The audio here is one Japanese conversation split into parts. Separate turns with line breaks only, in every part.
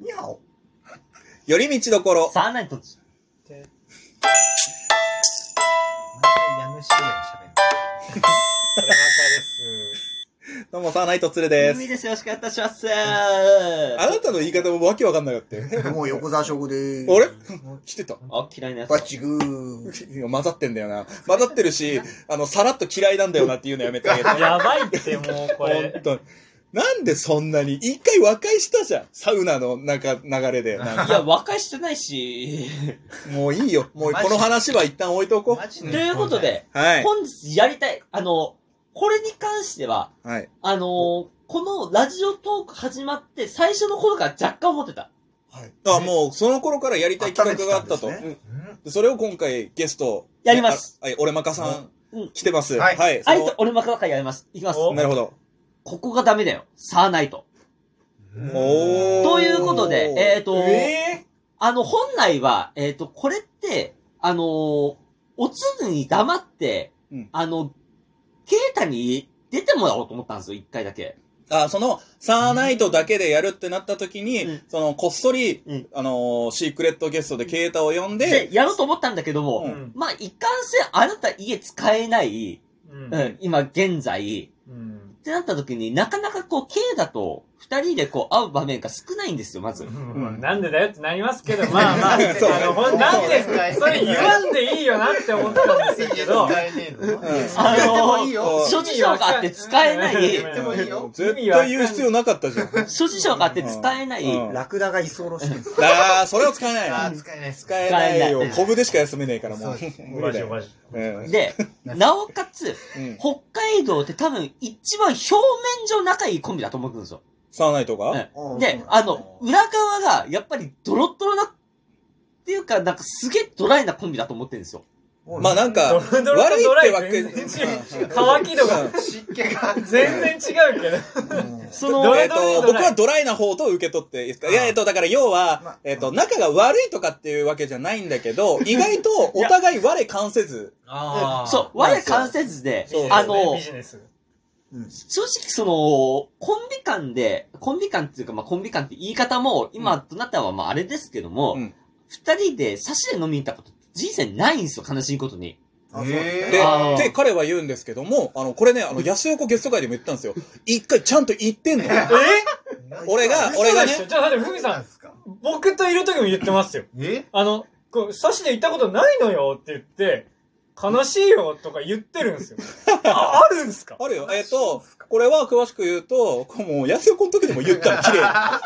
にゃお。寄り道どころ。
サーナイトチ。
で毎回家主が喋る。これです。
どうも、サーナイトツルで
海
す。
ですよろしくお願いいたします。
あ
あ
なたの言い方もわけわかんなかったよね。
もう横沢翔吾でーす。
あれ来てた。
嫌いなやつ。
バッチグー。
いや混ざってんだ よな。混ざってるし、あの、さらっと嫌いなんだよなっていうのやめ てあげて。
やばいって、もうこ
本
れ。
当になんでそんなに一回和解したじゃん。サウナの中、流れ で。なん
い
か
や、和解してないし。
もういいよ。もうこの話は一旦置い とこ
マジ
と
で
いうことで、
う。はい。
本日やりたい、あの、これに関しては、
はい。
あのー、このラジオトーク始まって、最初の頃から若干思ってた。
はい。
あ、もうその頃からやりたい企画があったと。
温めてたんです
うん
うんそれを今回ゲスト。
やります
あ。はい、俺まかさ
うんん
来てます。は。
はいい
はい。
あ
そ
え
の
て俺マカバカやります。いきます。
お
なるほど。
ここがダメだよ。サーナイト。
うん
おー
ということで、えっ、ー、と、
え
あの、本来は、えっ、と、これって、あのーおつるに黙って、
うん
あの、ケータに出てもらおうと思ったんですよ、一回だけ。
あ、その、サーナイトだけでやるってなった時に、
うん
その、こっそり、
うん
あのーシークレットゲストでケータを呼んで、
で、やろうと思ったんだけども、
う
ー
ん
まあ、いかんせんあなた家使えない、
うん
うん今現在、
うん
ってなった時になかなかこう、ケータと二人でこう、会う場面が少ないんですよ、まず。
うんなんでだよってなりますけど、まあまあ、あ
そう
の、ほんなんで、それ言わんでいいよなって思ったんですけど、
あ
あ
の
の
もいいよ。
ー
諸事情があって使えな
うん
い、
でもいいよ。
絶対言う必要なかったじゃん。
諸事情があって使えない、
うん
ラクダが居候してるんです。
ああ、それは使えな
あ
い。
ー、使えないです。
使えないよ
使え。
コブでしか休めないから、も
そううです。
無
マ
理だ
ジ
よ。
マジ。
うん
で、なおかつ、
うん
北海道って多分一番表面上仲いいコンビだと思うんですよ。
サーナイト
うん
が
で、あの、裏側がやっぱりドロッドロな、っていうか、なんかすげえドライなコンビだと思ってるんですよ。
まあなんか、
ド
悪
ロドロとドラ
い
イ
ってわけ。
全然違う乾き度が
うん
湿気が。
全然違うけど。
そ
ド
の、
ラ
え
イ
っと、僕はドライな方と受け取っていいですかいや、えっと、だから要
ま
は
あ、
えっと、仲が悪いとかっていうわけじゃないんだけど、意外とお互い我関せず、
そう、我関せずで、
そう
あの
ビ、ジネス。
うん
正直その、コンビ間で、コンビ間っていうか、まあコンビ間って言い方も、今となったはまああれですけども
うん、
二、人で差しで飲みに行ったこと、人生ないんですよ、悲しいことに。
あそうです
で
ね
あー、
で彼は言うんですけども、あの、これね、あの、安横ゲスト会でも言ったんですよ。一回ちゃんと言ってんの。
え
俺が
俺
俺が
が
ね
ね。ちょっと待って、ふみさん、
すか
僕といる時も言ってますよ。
え
あの、こう、サシで行ったことないのよって言って、悲しいよとか言ってる んですよ。あ、あるんですか
あるよ。えっ、と、これは詳しく言うと、もう、安横の時でも言ったの、綺麗に。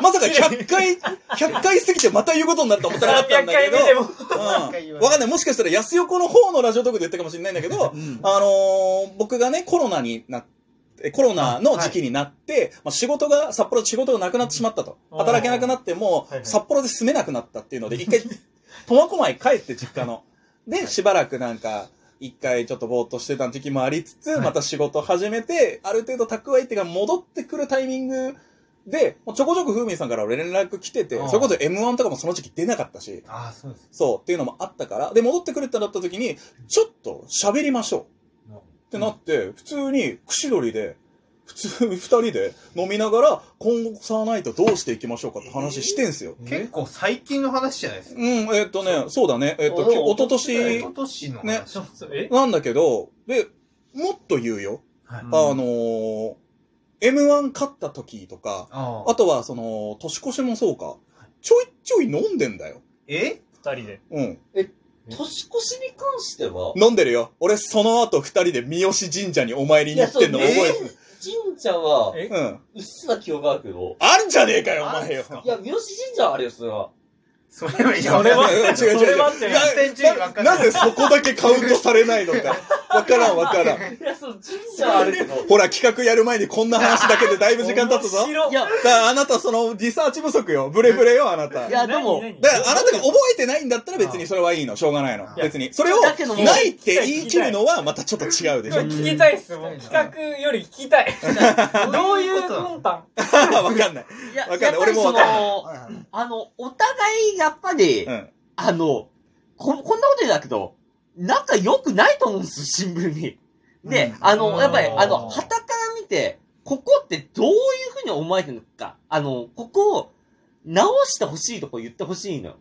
まさか100回、100回過ぎてまた言うことになるとは思ってなかったん
?300
だけ
回
ど
目。でも。
うん。わかんない。もしかしたら安横の方のラジオトークで言ったかもしれないんだけど、あのー僕がね、コロナになって、コロナの時期になって、まあ、仕事が、札幌で仕事がなくなってしまったと。
うん
働けなくなっても
は、いはい
札幌で住めなくなったっていうので、一回、苫小牧帰って実 家の。で、しばらくなんか、一回ちょっとぼーっとしてた時期もありつつ、
い
また仕事始めて、ある程度蓄えてが戻ってくるタイミングで、もうちょこちょこふうみんさんから俺連絡来てて、
うん
それこそ M1 とかもその時期出なかったし、
あー、そうです。
そう、っていうのもあったから、で、戻ってくるってなった時に、ちょっと喋りましょ
う
う。
ん
ってなって、普通に、串取りで、普通に二人で飲みながら、今後サーナイトどうしていきましょうかって話してんすよ。
結構最近の話じゃないですか。
うん、えっとね、そうだね、えっ
お
と、お
お
とと
一
し
昨年の
ね
話。
ちょっと、え
なんだけど、で、もっと言うよ。
はい
あのー、M1 勝った時とか、
あー
あとはその、年越しもそうか、ちょいちょい飲んでんだよ。
え
二人で。
うん。
年越しに関しては、
飲んでるよ。俺、その後二人で三好神社にお参りに行ってんの
いや
覚
そう
えてる。
神社は
え
うん。
うっすら記憶があるけど、
あるんじゃねえかよ、お
あるん
前よ。
すか
いや、三好神社はあれよ、それは。
それはいや
それは
違う違う違う
それはって
いや
全然注意わかんな
ないぜそこだけカウントされないのか。わからんわから ん。
いや、そう、神社はあるけど。
ほら、企画やる前にこんな話だけでだいぶ時間経ったぞ。
面白
いや、
だあなた、その、リサーチ不足よ。ブレブレよ、あなた。だ
い
か
やでも
何何
ら、あなたが覚えてないんだったら別にそれはいいの。しょうがないの
あ。
別に。それを、
だけども
ないって言い切るのはまたちょっと違うでしょ。
聞きたいっす。もう企画より聞きたい。どういう魂胆
わかんない。
いや、
わかんない
やっぱ
俺
り
も
そ
わかんない
の、
はいはい
あの、お互い、やっぱり、
うん。
あの、こ、こんなこと言うんだけど、なんか良くないと思うんですよ、シンプルに。で、
うん
あの、やっぱり、
うん
あの、旗から見て、ここってどういうふうに思われてるのか、あの、ここを、直してほしいとこ言ってほしいのよ。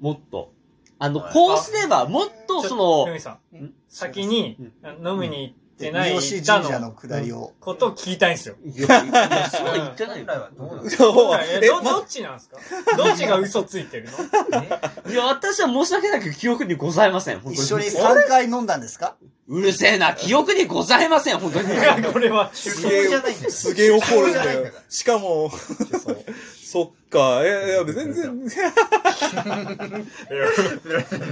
もっと。あの、
はい
こうすれば、もっと、そ
ふ
の、
みさん
ん、
先に
うん
飲みに行ってない
三好神社の下りを。
ことを聞きたいんですよ。
いや、いやいやそうは言ってない
本来は
よ。
どうなの
え
え
ど
ま
どっちなんですかどっちが嘘ついてるの
いや、私は申し訳なく記憶にございません。本当
一緒に3回飲んだんですか
うるせえな、記憶にございません、本当に。
いやこれは。
すげえ
じゃないんだよ。
すげえ怒る
そう
んだ
じゃな
よ
いから。
しかも、そっか、いやいや、全然、
ベ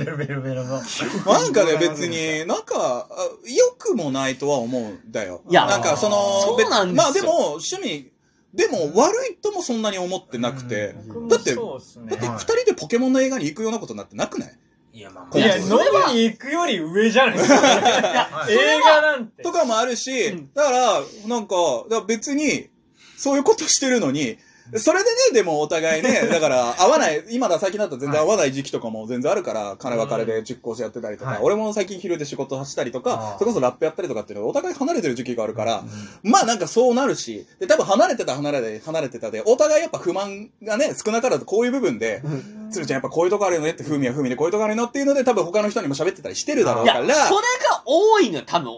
ロベロベロの。
なんかね、別に、なんか、あ良くもないとは思うんだよ。
いや
なんか、その、
そうなんですよ
まあでも、趣味、でも悪いともそんなに思ってなくて、
ん
僕も
だって
そうっすね
だって
はい
二人でポケモンの映画に行くようなことになってなくない
いや、まあまあ
て
いや、飲
それは
みに行くより上じゃないですか。
はい
映画なんて。
とかもあるし、
うん
だから、なんか、だから別に、そういうことしてるのに、それでね、でもお互いね、だから、合わない、今だ最近だったら全然合わない時期とかも全然あるから、金は金で実行してやってたりとか、
はい
俺も最近昼で仕事走ったりとか
あ、ー
それこそラップやったりとかっていうのはお互い離れてる時期があるから、まあなんかそうなるし、で、多分離れてた離れて、離れてたで、お互いやっぱ不満がね、少なからずこういう部分で、つるちゃんやっぱこういうとこあるよねって、ふみはふみでこういうとこあるよねっていうので、多分他の人にも喋ってたりしてるだろう
い
か
や、
ら、
それが多いのよ、多分。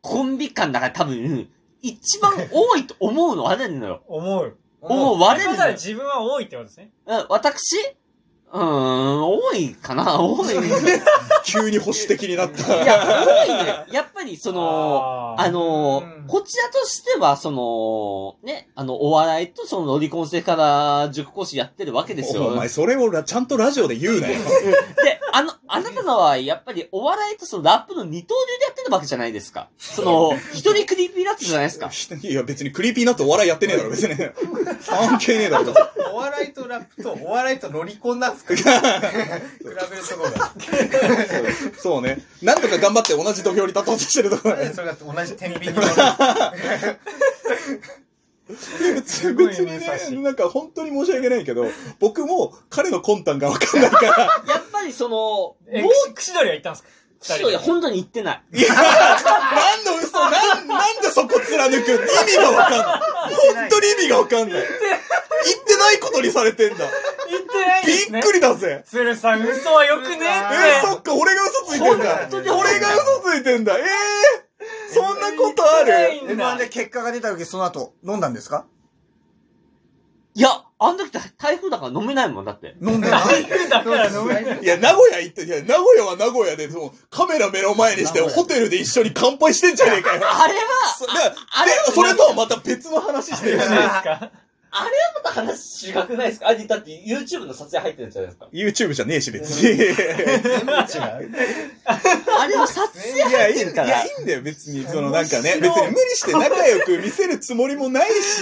コンビ間だから多分、うん一番多いと思うのはれるのよ。
思 う。
思う、
あ
割
れ
れる
だ
の
から
よ。
自分は多いってことですね。
うん私うーん、多いかな多い。い
急に保守的になった。
や、多いのよ。やっぱり、その、
あー
あのー
うん
こちらとしては、その、ね、あの、お笑いとそのロリコン生から塾講師やってるわけですよ。
お前、それをらちゃんとラジオで言うなよ。
で、あの、あなたのは、やっぱりお笑いとそのラップの二刀流でやってるわけじゃないですか。その、一人クリーピーナッツじゃないですか。
いや、別にクリーピーナッツお笑いやってねえだろ、別に。関係ねえだろ。
お笑いとラップと、お笑いとロリコンなんすか比べるとこが。
そうね。なんとか頑張って同じ土俵に立とうとしてるところ
それが同じ天秤に乗る。
別に別に
すごい
ね、
ね
なんか本当に申し訳ないけど、僕も彼の魂胆がわかんないから。
やっぱりその、も
え、
う
くしどりは行ったんですか
一人は本当に言ってない。
いや、何の嘘、なん、なんでそこ貫く意味がわかんない。本当に意味がわかんない。言ってないことにされてんだ。
行ってないんで
び
すね
っく。りだぜ。
鶴さん、嘘はよくねえって。
えーそっか、俺が嘘ついてんだ
本。当に
俺が嘘ついてんだ。ええー、そんなことある
言ってな
?M1
いん
で
だ
結果が出た時、その後、飲んだんですか
いや、あん時って台風だから飲めないもん、だって。
飲んでない。
だから飲めない。
いや、名古屋行って、いや、名古屋は名古屋で、その、カメラ目の前にして、
名古屋
ホテルで一緒に乾杯してんじゃねえかよ。
あれは、
そだから
あれ
でそれとはまた別の話してるし
じゃ。ない
また話違くないですかあ、だって YouTube の撮影入ってるじゃないですか。
YouTube じゃねえし、別に。い
あれは撮影
や、い
入っ
い、
て
い
るから。
や、いいんだよ、別に。その、なんかね、
面
別
白い
に無理して仲良く見せるつもりもない し、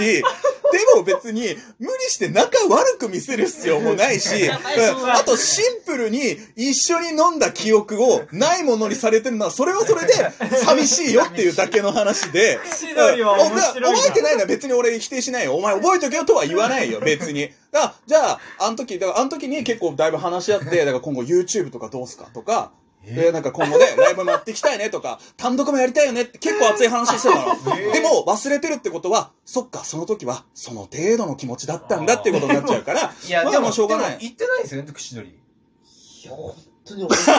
でも別に、無理して仲悪く見せる必要もないし、
やばいそうだ
あとシンプルに一緒に飲んだ記憶をないものにされてるのは、それはそれで寂しいよっていうだけの話で、
くしどりは面白いな
お覚えてないのは別に俺否定しないよ。お前覚えとけよとは言わないよ、別に。あ、じゃあ、あの時、だからあの時に結構だいぶ話し合って、だから今後 YouTube とかどうすかとか、えなんか今後ね、ライブもやっていきたいねとか、単独もやりたいよねって結構熱い話してたの。
えー
でも忘れてるってことは、そっか、その時はその程度の気持ちだったんだってことになっちゃうから、
いや、
まあ
で
ま
も、
あしょうがない
でも言ってないですよね、串取り。
いや、本当に面白い。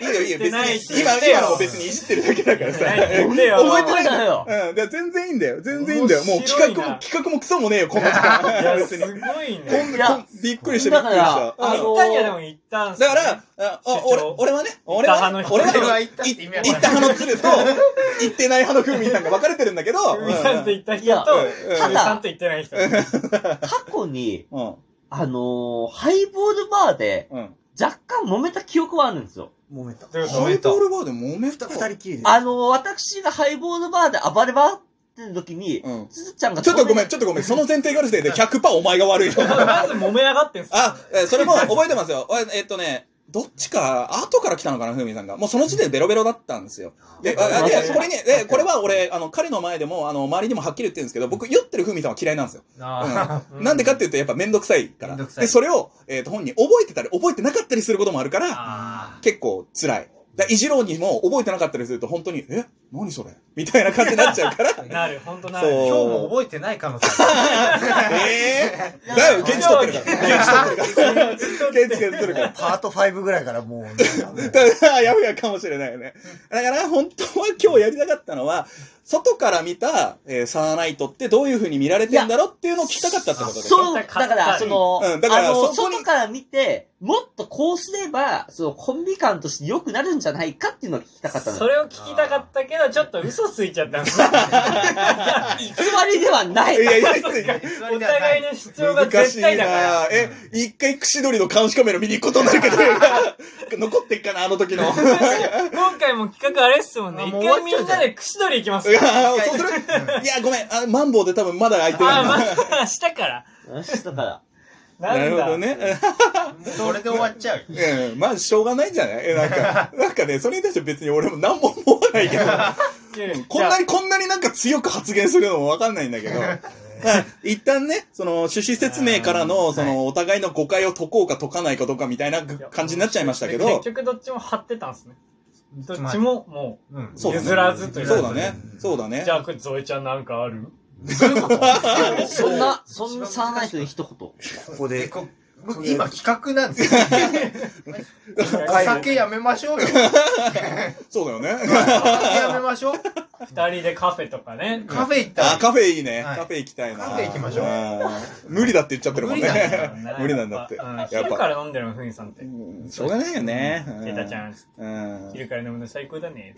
いいよいいよ、別
言って
に。
ない
今、
って
今のを別にいじってるだけだからさ。
言ってよ
覚えてな
覚え
い
てないよ。
うん、だから全然いいんだよ。全然いいんだよ。もう
面白い
企
な
画も、企画もクソもねえよ、こんな時間。
いや、
別
す
に。
ご
こん
いね。
こん
いや
びっくりした、びっくりした
だ。から
う
あ
ん
の
行ったんやでも行ったんすね
だから、ああ
出張
俺、俺はね、俺
行った
は、
派の人
俺は、
俺は
行
行ったって意味は
った派の鶴と、行ってない派の風味さんが分かれてるんだけど、
ふみさんと行った人と、
うん
ふみさんと行ってない人。
過去に、
うん、
あのーハイボールバーで
うん。
若干揉めた記憶はあるんですよ。
揉めた。
どういうこと
ハイボールバーで揉めた。
二人きりで。
あのー私がハイボールバーで暴れ回ってる時に、
うん
つづちゃんが
ちょっとごめん、
ん。
ちょっとごめん。その前提があるせいで100%お前が悪いよ。
まず揉め上がってんすよ
あ、えーそれも覚えてますよ。 おいえっとね、どっちか、後から来たのかな、ふみさんが。もうその時点でベロベロだったんですよ。で、ああ
待っ
で
て
これに、で、これは俺、あの、彼の前でも、あの、周りにもはっきり言ってるんですけど、僕、酔ってるふみさんは嫌いなんですよ。
あ
うんなんでかっていうと、やっぱめんどくさいか
め
ら。
んどくさい
で、それを、えっ、と、本人覚えてたり、覚えてなかったりすることもあるから、
あ
結構辛い。だから、いじろうにも覚えてなかったりすると、本当に、え何それみたいな感じになっち ゃうから。
なる、ほんとな
そう
る。
今日も覚えてない可能性ある
ええだよ、現地取って るから。現地取ってるから。現地取ってるから。
パート5ぐらいからもうなんか ね、
ただ、やふやかもしれないよね。だから、本当は今日やりたかったのは、外から見た、えーサーナイトってどういう風に見られてんだろうっていうのを聞きたかったってことでしょ
そう、だから、その、
うんだから
あの、
そこに
外から見て、もっとこうすれば、その、コンビ感として良くなるんじゃないかっていうのを聞きたかったの。
それを聞きたかったけど、ちょっと嘘ついち ゃったんです
偽りではない。
いやいや、
お互いの主張が絶対だから。
え、一回串取りの監視カメラ見に行くことになるけど、 残ってっかな、あの時の。い
今回も企画あれっすもんね。
あ
一
もう
回みんなで串取り行きますよ。
や、そうするいや、ごめん、あマンボウで多分まだ開いてない
あ、ま
な。
あ、明日から。
よしだから。
なんだ。
なるほどね。
それで終わっちゃうよ
うん、まあ、しょうがないんじゃないえなんか、なんかね、それに対して別に俺も何も思わないけど、こんなに、こんなになんか強く発言するのもわかんないんだけど、まあ一旦ね、その趣旨説明からの、その、お互いの誤解を解こうか解かないかどうかみたいな感じになっちゃいましたけど
結、局どっちも張ってたんですね。どっちも、も
うん
そうだね
譲らずと
そ
いうう
だね、そうだ
う。
ね
じ。ゃあ、これ、ゾエちゃんなんかある
そんな、そんなサーナイトで一言。
ここで
えこ僕今企画なんですよ。お酒やめましょうよ。お
そうだよね。
酒やめましょう。
二人でカフェとかね。
カフェ行ったら
あ、カフェいいね。
はい
カフェ行きたいな。
カフェ行きましょう
うん無理だって言っちゃってるもん
無理なん
ね。 無理なんだって
やぱうん
やっ
昼
ぱ
から飲んでるの、ふみさんって。
うんしょうがないよね。う
ケタちゃん、
うん
昼から飲むの最高だね。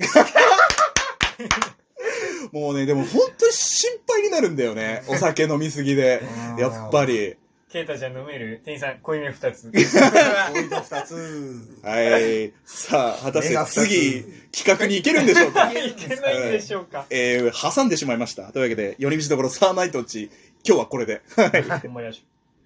もうね、でも本当に心配になるんだよね。お酒飲みすぎで。やっぱり。
ケイタちゃん飲める店員さん、濃いめ 二つ。
2つ。
はい。さあ、果たし
目が
て
二つ
次、企画に行けるんでしょうか
いけないでしょうか。
えー、挟んでしまいました。というわけで、寄り道どころサーナイトうち、今日はこれで。はい。
ほんまやしょ。